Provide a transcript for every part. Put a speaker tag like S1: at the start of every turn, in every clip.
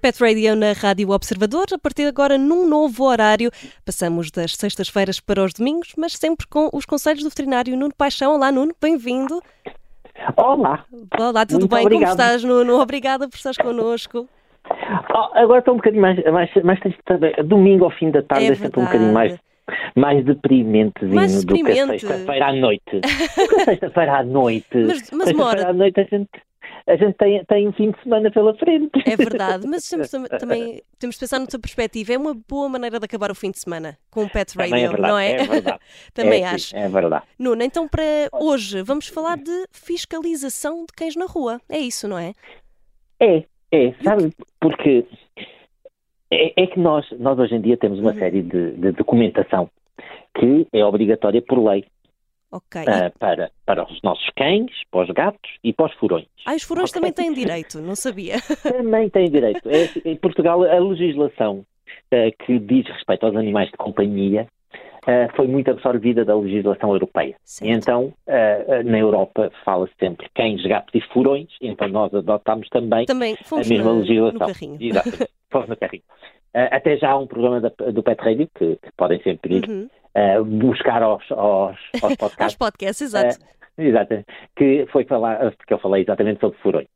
S1: Pet Radio na Rádio Observador, a partir de agora num novo horário. Passamos das sextas-feiras para os domingos, mas sempre com os conselhos do veterinário Nuno Paixão. Olá, Nuno, bem-vindo.
S2: Olá.
S1: Olá, tudo
S2: Muito
S1: bem?
S2: obrigado.
S1: Como estás, Nuno? Obrigada por estares connosco.
S2: Oh, agora está um bocadinho mais, mais, mais triste também. Domingo ao fim da tarde
S1: É
S2: é sempre um bocadinho mais,
S1: verdade.
S2: mais deprimentezinho
S1: Mais
S2: do que a
S1: deprimente.
S2: sexta-feira à noite. Porque a sexta-feira à noite.
S1: Mas- mas uma
S2: sexta-feira
S1: hora-
S2: à noite a gente, a gente tem, tem um fim de semana pela frente.
S1: É verdade, mas temos tam- também temos de pensar noutra perspectiva. É uma boa maneira de acabar o fim de semana com o Pet Radio,
S2: Também é verdade,
S1: não é?
S2: é verdade.
S1: também
S2: é, sim,
S1: acho.
S2: É verdade.
S1: Nuno, então para hoje vamos falar de fiscalização de cães na rua. É isso, não é?
S2: É, é, sabe? Porque é, é que nós, nós hoje em dia temos uma
S1: Uhum.
S2: série de, de documentação que é obrigatória por lei
S1: Ok.
S2: ah, para, para os nossos cães, para os gatos e para os furões.
S1: Ah, os furões
S2: ok.
S1: também têm direito, não sabia.
S2: Também tem direito. É, em Portugal, a legislação eh, que diz respeito aos animais de companhia eh, foi muito absorvida da legislação europeia. E
S1: Certo.
S2: Então, eh, eh, na Europa fala-se sempre cães, gatos e furões, então nós adotámos também
S1: Também fomos
S2: É a mesma
S1: na- no
S2: legislação.
S1: carrinho.
S2: Exatamente. Fomos no carrinho. Eh, até já há um programa da- do Pet Radio que, que podem sempre ir
S1: Uhum.
S2: eh, buscar aos, aos, aos
S1: Aos
S2: podcasts.
S1: podcasts, exato.
S2: eh, Exato, que foi falar, porque eu falei exatamente sobre furões.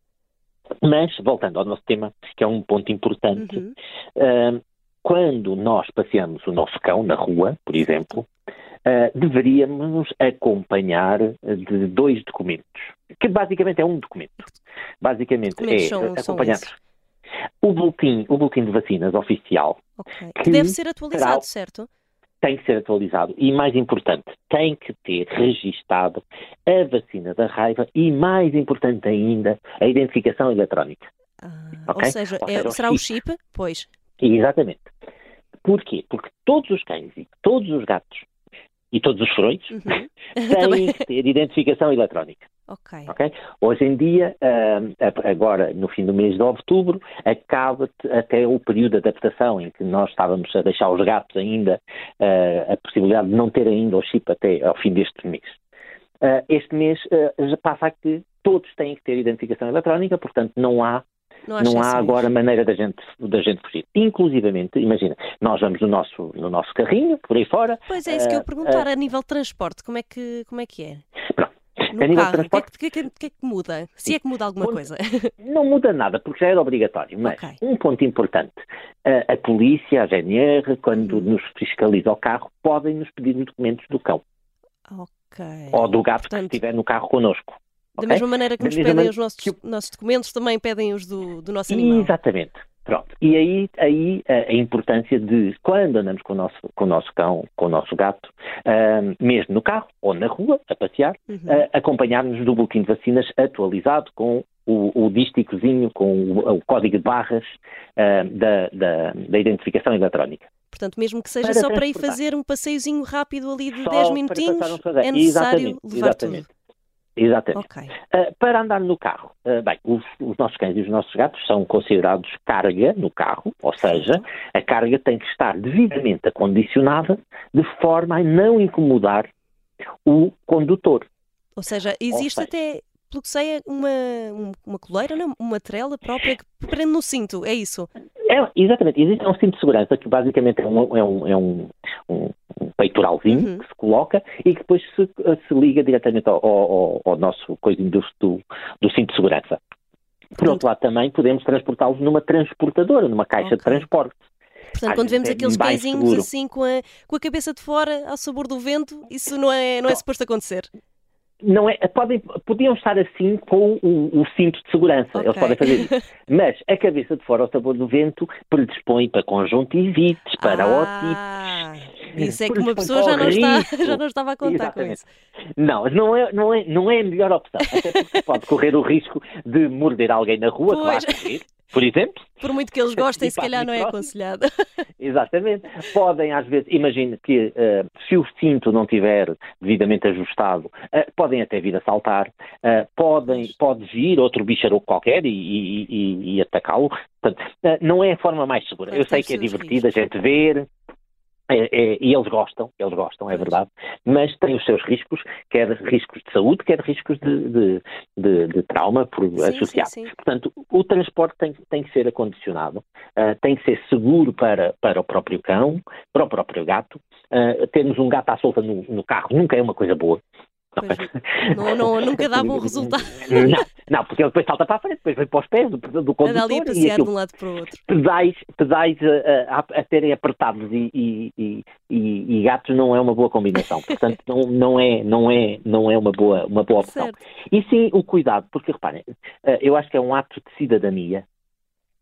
S2: Mas, voltando ao nosso tema, que é um ponto importante,
S1: Uhum.
S2: ah, quando nós passeamos o nosso cão na rua, por exemplo, ah, deveríamos acompanhar de dois documentos, que basicamente é um documento. Basicamente
S1: documentos
S2: é
S1: são- são
S2: acompanhar
S1: esses?
S2: o boletim, o boletim de vacinas oficial
S1: Ok.
S2: que
S1: Que deve ser atualizado,
S2: será-
S1: certo?
S2: tem que ser atualizado e, mais importante, tem que ter registado a vacina da raiva e, mais importante ainda, a identificação eletrónica.
S1: Ah, Ou
S2: Ok.
S1: seja,
S2: Ou
S1: é-
S2: seja, o
S1: será o chip? Pois.
S2: E, exatamente. Porquê? Porque todos os cães e todos os gatos e todos os furões
S1: Uhum. Também.
S2: têm que ter identificação eletrónica.
S1: Ok.
S2: ok? Hoje em dia, ah, a- agora no fim do mês de outubro, acaba até o período de adaptação em que nós estávamos a deixar os gatos ainda ah, a possibilidade de não ter ainda o chip até ao fim deste mês. Ah, este mês ah, já passa a que todos têm que ter identificação eletrónica, portanto não há
S1: Não assim? há,
S2: não há
S1: exceções.
S2: agora maneira da gente, da gente fugir. Inclusivamente, imagina, nós vamos no nosso, no nosso carrinho, por aí fora,
S1: Pois é, isso que eu ia
S2: Ah,
S1: perguntar a nível de transporte, como é que, como é, que é?
S2: Pronto.
S1: No
S2: A nível
S1: carro,
S2: de
S1: o que é
S2: transporte-
S1: que, que é que- que é que muda? Se é que muda alguma
S2: Quando-
S1: coisa.
S2: não muda nada, porque já era obrigatório. Mas
S1: Ok.
S2: um ponto importante, a, a polícia, a GNR, quando
S1: Uhum.
S2: nos fiscaliza o carro, podem nos pedir os documentos do cão
S1: Ok.
S2: ou do gato
S1: É, Portanto-
S2: que estiver no carro connosco.
S1: Da
S2: ok?
S1: mesma maneira que
S2: Da
S1: nos
S2: mesma
S1: pedem
S2: maneira
S1: os nossos,
S2: que
S1: nossos documentos, também pedem os do, do nosso animal.
S2: Exatamente. Pronto. E aí, aí a, a importância de, quando andamos com o nosso, com o nosso cão, com o nosso gato, ahm, mesmo no carro ou na rua, a passear,
S1: Uhum.
S2: a- acompanhar-nos do boletim de vacinas atualizado com o, o dísticozinho, com o, o código de barras ah, da, da- da identificação eletrónica.
S1: Portanto, mesmo que seja
S2: Para
S1: só para ir
S2: transportar.
S1: fazer um passeiozinho rápido ali de
S2: Só
S1: 10
S2: para
S1: minutinhos,
S2: passar um fazer.
S1: é necessário
S2: Exatamente,
S1: levar
S2: exatamente. Exatamente.
S1: tudo. Ok.
S2: Ah, para andar no carro, ah, bem, os, os nossos cães e os nossos gatos são considerados carga no carro, ou seja, a carga tem que estar devidamente acondicionada de forma a não incomodar o condutor.
S1: Ou seja, existe
S2: seja-
S1: até, pelo que sei, é uma, um- uma coleira, não? uma trela própria que prende no cinto, é isso?
S2: É, exatamente, existe um cinto de segurança que basicamente é um, é um- é um- um- um peitoralzinho
S1: Uhum.
S2: que se coloca e que depois se, se liga diretamente ao, ao- ao nosso coisinho do, do- do cinto de segurança. Por outro lado, também podemos transportá-los numa transportadora, numa caixa de
S1: Ok.
S2: transporte.
S1: Portanto,
S2: Às
S1: quando
S2: vezes
S1: vemos
S2: é
S1: aqueles
S2: mais
S1: peizinhos
S2: seguro.
S1: assim com a, com a cabeça de fora, ao sabor do vento, isso não é, não é
S2: Não.
S1: suposto acontecer.
S2: Não é, podem, podiam estar assim com o, o cinto de segurança, eles
S1: Ok.
S2: podem fazer isso. Mas a cabeça de fora ao sabor do vento predispõe para conjuntivites, para tipo
S1: ah,
S2: otite.
S1: Isso é que
S2: predispõe
S1: uma pessoa
S2: para
S1: já
S2: o
S1: não, está,
S2: riso.
S1: já não estava a contar com
S2: Exatamente.
S1: isso.
S2: Não, não é, não, é, não é a melhor opção. Até porque pode correr o risco de morder alguém na rua,
S1: Pois.
S2: que vai correr, por exemplo.
S1: Por muito que eles gostem,
S2: E
S1: se calhar
S2: passa-lhe
S1: não é
S2: próximo.
S1: aconselhado.
S2: Exatamente. Podem, às vezes, imagino que eh, se o cinto não tiver devidamente ajustado, eh, podem até vir a saltar, eh, podem, pode vir outro bicho qualquer e, e- e- e atacá-lo. Portanto, eh, não é a forma mais segura.
S1: Claro,
S2: Eu sei
S1: tem os
S2: que é
S1: seus
S2: divertido a gente ver, É, é, e eles gostam, eles gostam, é verdade, mas têm os seus riscos, quer riscos de saúde, quer riscos de, de, de, de trauma por,
S1: Sim,
S2: associado.
S1: sim, sim.
S2: Portanto, o transporte tem, tem que ser acondicionado, ah, tem que ser seguro para, para o próprio cão, para o próprio gato. Ah, termos um gato à solta no, no carro nunca é uma coisa boa.
S1: Pois, não, não- nunca dá bom resultado
S2: Não, não, porque ele depois salta para a frente, depois vem para os pés do, do
S1: andar
S2: condutor
S1: ali a
S2: e
S1: passear de
S2: aquilo
S1: um lado para o outro.
S2: pedais, pedais a, a- a terem apertados e, e- e- e- e gatos não é uma boa combinação. Portanto, não, não é, não é, não é uma, boa, uma boa opção.
S1: Certo.
S2: E sim, é o cuidado, porque reparem, eh, eu acho que é um ato de cidadania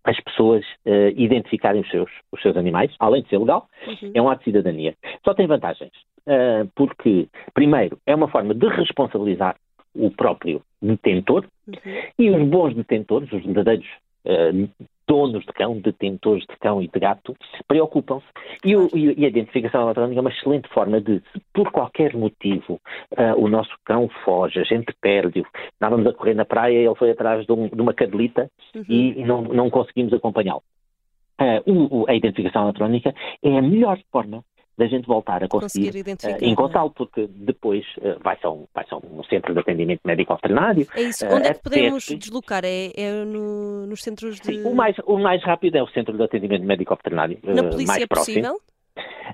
S2: as pessoas eh, identificarem os seus, os seus animais, além de ser legal,
S1: Uhum.
S2: é um ato de cidadania. Só tem vantagens, eh, porque, primeiro, é uma forma de responsabilizar o próprio detentor,
S1: Uhum.
S2: e os bons detentores, os verdadeiros eh, donos de cão, detentores de cão e de gato, preocupam-se. E, o- e- e a identificação eletrónica é uma excelente forma de, se por qualquer motivo eh, o nosso cão foge, a gente perde-o, andávamos a correr na praia, ele foi atrás de, um- de uma cadelita
S1: Uhum.
S2: e não, não conseguimos acompanhá-lo. Eh, o- o- a identificação eletrónica é a melhor forma da gente voltar a conseguir
S1: Conseguir
S2: eh,
S1: identificar.
S2: encontrá-lo, porque depois eh, vai ser um, vai ser um centro de atendimento médico veterinário,
S1: É isso.
S2: eh,
S1: Onde é que
S2: a
S1: podemos
S2: teste.
S1: deslocar? É, é no- nos centros de.
S2: Sim, o mais, o mais rápido é o Centro de Atendimento Médico Veterinário
S1: Na
S2: eh,
S1: polícia
S2: mais
S1: é
S2: próximo.
S1: possível?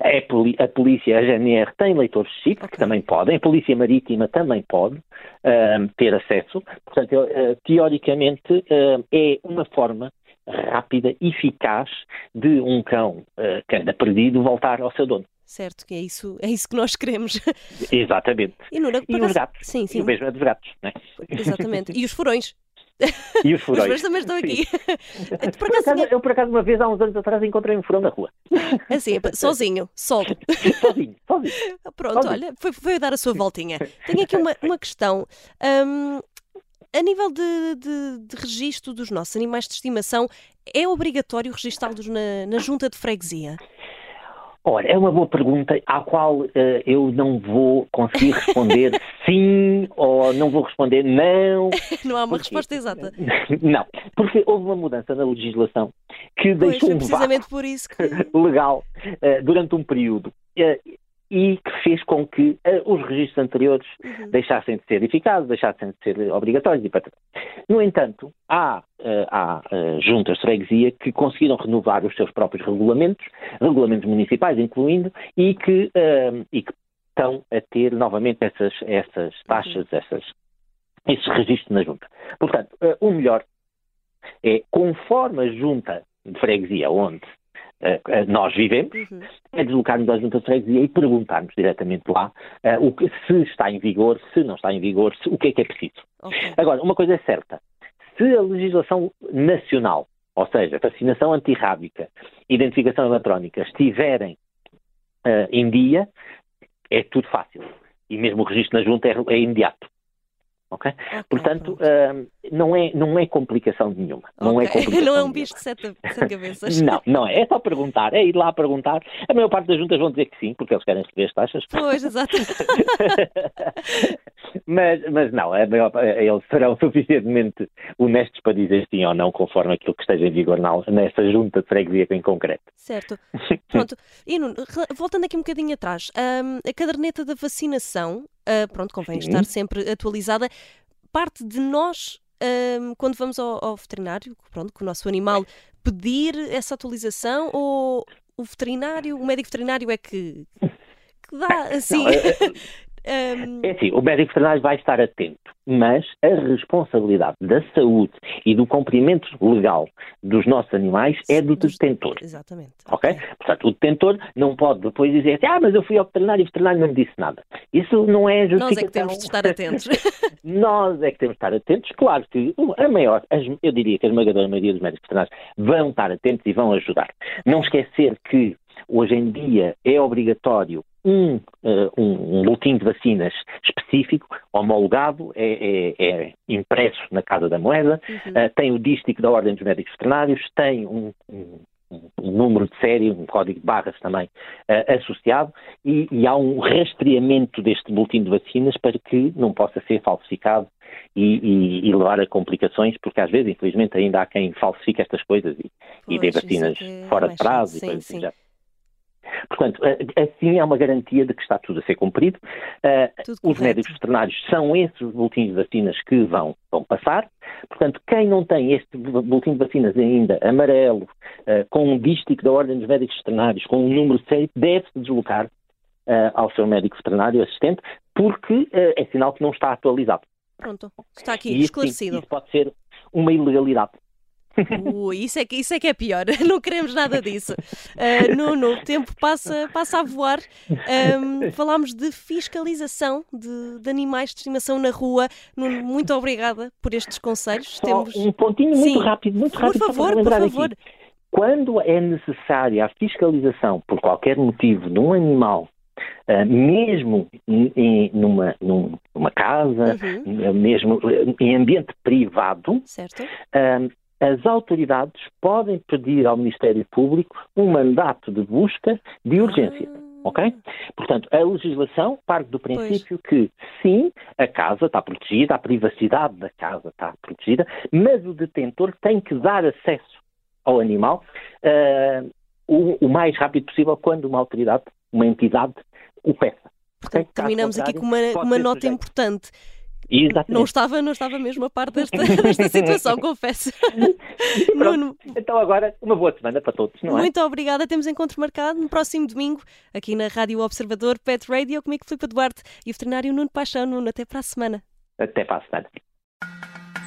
S2: É poli- a polícia, a GNR, tem leitores chip,
S1: Ok.
S2: que também podem. A polícia marítima também pode ahm, ter acesso. Portanto, eu, eh, teoricamente, ahm, é uma forma rápida, eficaz, de um cão eh, que anda perdido voltar ao seu dono.
S1: Certo, que é isso, é isso que nós queremos.
S2: Exatamente.
S1: E Nuna,
S2: E
S1: parece-
S2: os gatos.
S1: Sim,
S2: E
S1: sim,
S2: o mesmo é dos gatos, né?
S1: exatamente. E os furões.
S2: E os
S1: Os
S2: furões.
S1: furões também estão aqui. Por
S2: Por
S1: acaso,
S2: acaso, eu, por acaso, uma vez, há uns anos atrás, encontrei um furão na rua.
S1: assim, sozinho, solo.
S2: Sozinho, sozinho.
S1: Ah, Pronto,
S2: Óbvio.
S1: olha, foi, foi dar a sua voltinha. Tenho aqui uma, uma questão. Hum, a nível de, de, de registro dos nossos animais de estimação, é obrigatório registá-los na, na junta de freguesia?
S2: Ora, é uma boa pergunta à qual eh, eu não vou conseguir responder sim ou não vou responder não.
S1: Não há É uma
S2: Porquê?
S1: resposta exata.
S2: Não, porque houve uma mudança na legislação que
S1: Pois,
S2: deixou
S1: foi
S2: um vácuo
S1: precisamente por isso que.
S2: legal eh, durante um período eh, e que fez com que eh, os registros anteriores
S1: Uhum.
S2: deixassem de ser eficazes, deixassem de ser eh, obrigatórios e patr- No entanto, há, eh, há, eh, juntas de freguesia que conseguiram renovar os seus próprios regulamentos, regulamentos municipais incluindo, e que, eh, e que estão a ter novamente essas, essas taxas, essas, esses registros na junta. Portanto, eh, o melhor é, conforme a junta de freguesia onde eh, eh, nós vivemos,
S1: Uhum.
S2: é deslocarmos à Junta de Freguesia e perguntarmos diretamente lá eh, o que- se está em vigor, se não está em vigor, se- o que é que é preciso.
S1: Ok.
S2: Agora, uma coisa é certa: se a legislação nacional, ou seja, vacinação antirrábica, identificação eletrónica, estiverem eh, em dia, é tudo fácil. E mesmo o registro na Junta é, é imediato. Ok?
S1: ok,
S2: Portanto,
S1: pronto.
S2: eh, não, é, não é complicação nenhuma. Não
S1: Uhum.
S2: é
S1: Ok.
S2: complicação
S1: Não é um
S2: nenhuma.
S1: bicho de sete, sete cabeças.
S2: Não, não é. É só perguntar. É ir lá perguntar. A maior parte das juntas vão dizer que sim, porque eles querem receber as taxas.
S1: Pois, exato.
S2: Mas, mas não, a maior, pa- eles serão suficientemente honestos para dizer sim ou não, conforme aquilo que esteja em vigor na, nessa junta de freguesia em concreto.
S1: Certo. Pronto. E Nuno, re- voltando aqui um bocadinho atrás, hum, a caderneta da vacinação, ah, pronto, convém
S2: Sim.
S1: estar sempre atualizada, parte de nós, hum, quando vamos ao, ao veterinário, pronto, com o nosso animal, pedir essa atualização ou o veterinário, o médico veterinário é que, que dá assim.
S2: Não, é-
S1: hum,
S2: É assim, o médico veterinário vai estar atento, mas a responsabilidade da saúde e do cumprimento legal dos nossos animais é do
S1: Dos-
S2: detentor.
S1: Exatamente.
S2: Ok? Portanto, o detentor não pode depois dizer assim, ah, mas eu fui ao veterinário e o veterinário não me disse nada. Isso não é
S1: Nós
S2: justificação.
S1: é que temos de estar atentos.
S2: Nós é que temos de estar atentos. Claro que uh, a maior, as- eu diria que a esmagadora maioria dos médicos veterinários vão estar atentos e vão ajudar. Não esquecer que hoje em dia é obrigatório um, eh, um, um boletim de vacinas específico, homologado, é, é- é impresso na Casa da Moeda,
S1: Uhum.
S2: eh, tem o dístico da Ordem dos Médicos Veterinários, tem um, um- um número de série, um código de barras também eh, associado, e, e há um rastreamento deste boletim de vacinas para que não possa ser falsificado e, e- e levar a complicações, porque às vezes, infelizmente, ainda há quem falsifique estas coisas e, e dê
S1: Pois, isso é
S2: vacinas
S1: que é
S2: fora de
S1: mais
S2: prazo
S1: chato.
S2: e coisas
S1: Sim,
S2: assim
S1: sim.
S2: já. Portanto, assim é uma garantia de que está tudo a ser cumprido. Eh, Tudo Os médicos veterinários são esses os boletins de vacinas que vão, vão passar. Portanto, quem não tem este boletim de vacinas ainda amarelo, com um dístico da Ordem dos Médicos Veterinários, com um número 6, deve-se deslocar eh, ao seu médico veterinário assistente, porque é sinal que não está atualizado. assim,
S1: Pronto, está aqui e esclarecido.
S2: Isso, isso pode ser uma ilegalidade.
S1: Ui, isso é, que, isso é que é pior, não queremos nada disso. Uh, Nuno, o tempo passa, passa a voar. Um, falámos de fiscalização de, de, animais de estimação na rua. Nuno, muito obrigada por estes conselhos.
S2: Só Temos... Um pontinho muito Sim. rápido, muito
S1: por
S2: rápido.
S1: Favor, por favor,
S2: aqui. Quando é necessária a fiscalização por qualquer motivo de um animal Uh, mesmo em, em, numa, numa casa, uhum. mesmo em ambiente privado, uh, as autoridades podem pedir ao Ministério Público um mandato de busca de urgência. Ah. Ok? Portanto, a legislação parte do princípio pois. que, sim, a casa está protegida, a privacidade da casa está protegida, mas o detentor tem que dar acesso ao animal uh, o, o mais rápido possível quando uma autoridade, uma entidade o peça.
S1: Portanto, terminamos aqui com uma, uma nota sujeito. importante.
S2: Exatamente.
S1: Não estava, não estava mesmo a par desta, desta situação, confesso.
S2: Nuno. Então agora, uma boa semana para todos, não
S1: é? Muito obrigada, temos encontro marcado no próximo domingo, aqui na Rádio Observador, Pet Radio, comigo Filipe Duarte e o veterinário Nuno Paixão. Nuno, até para a semana.
S2: Até para a semana.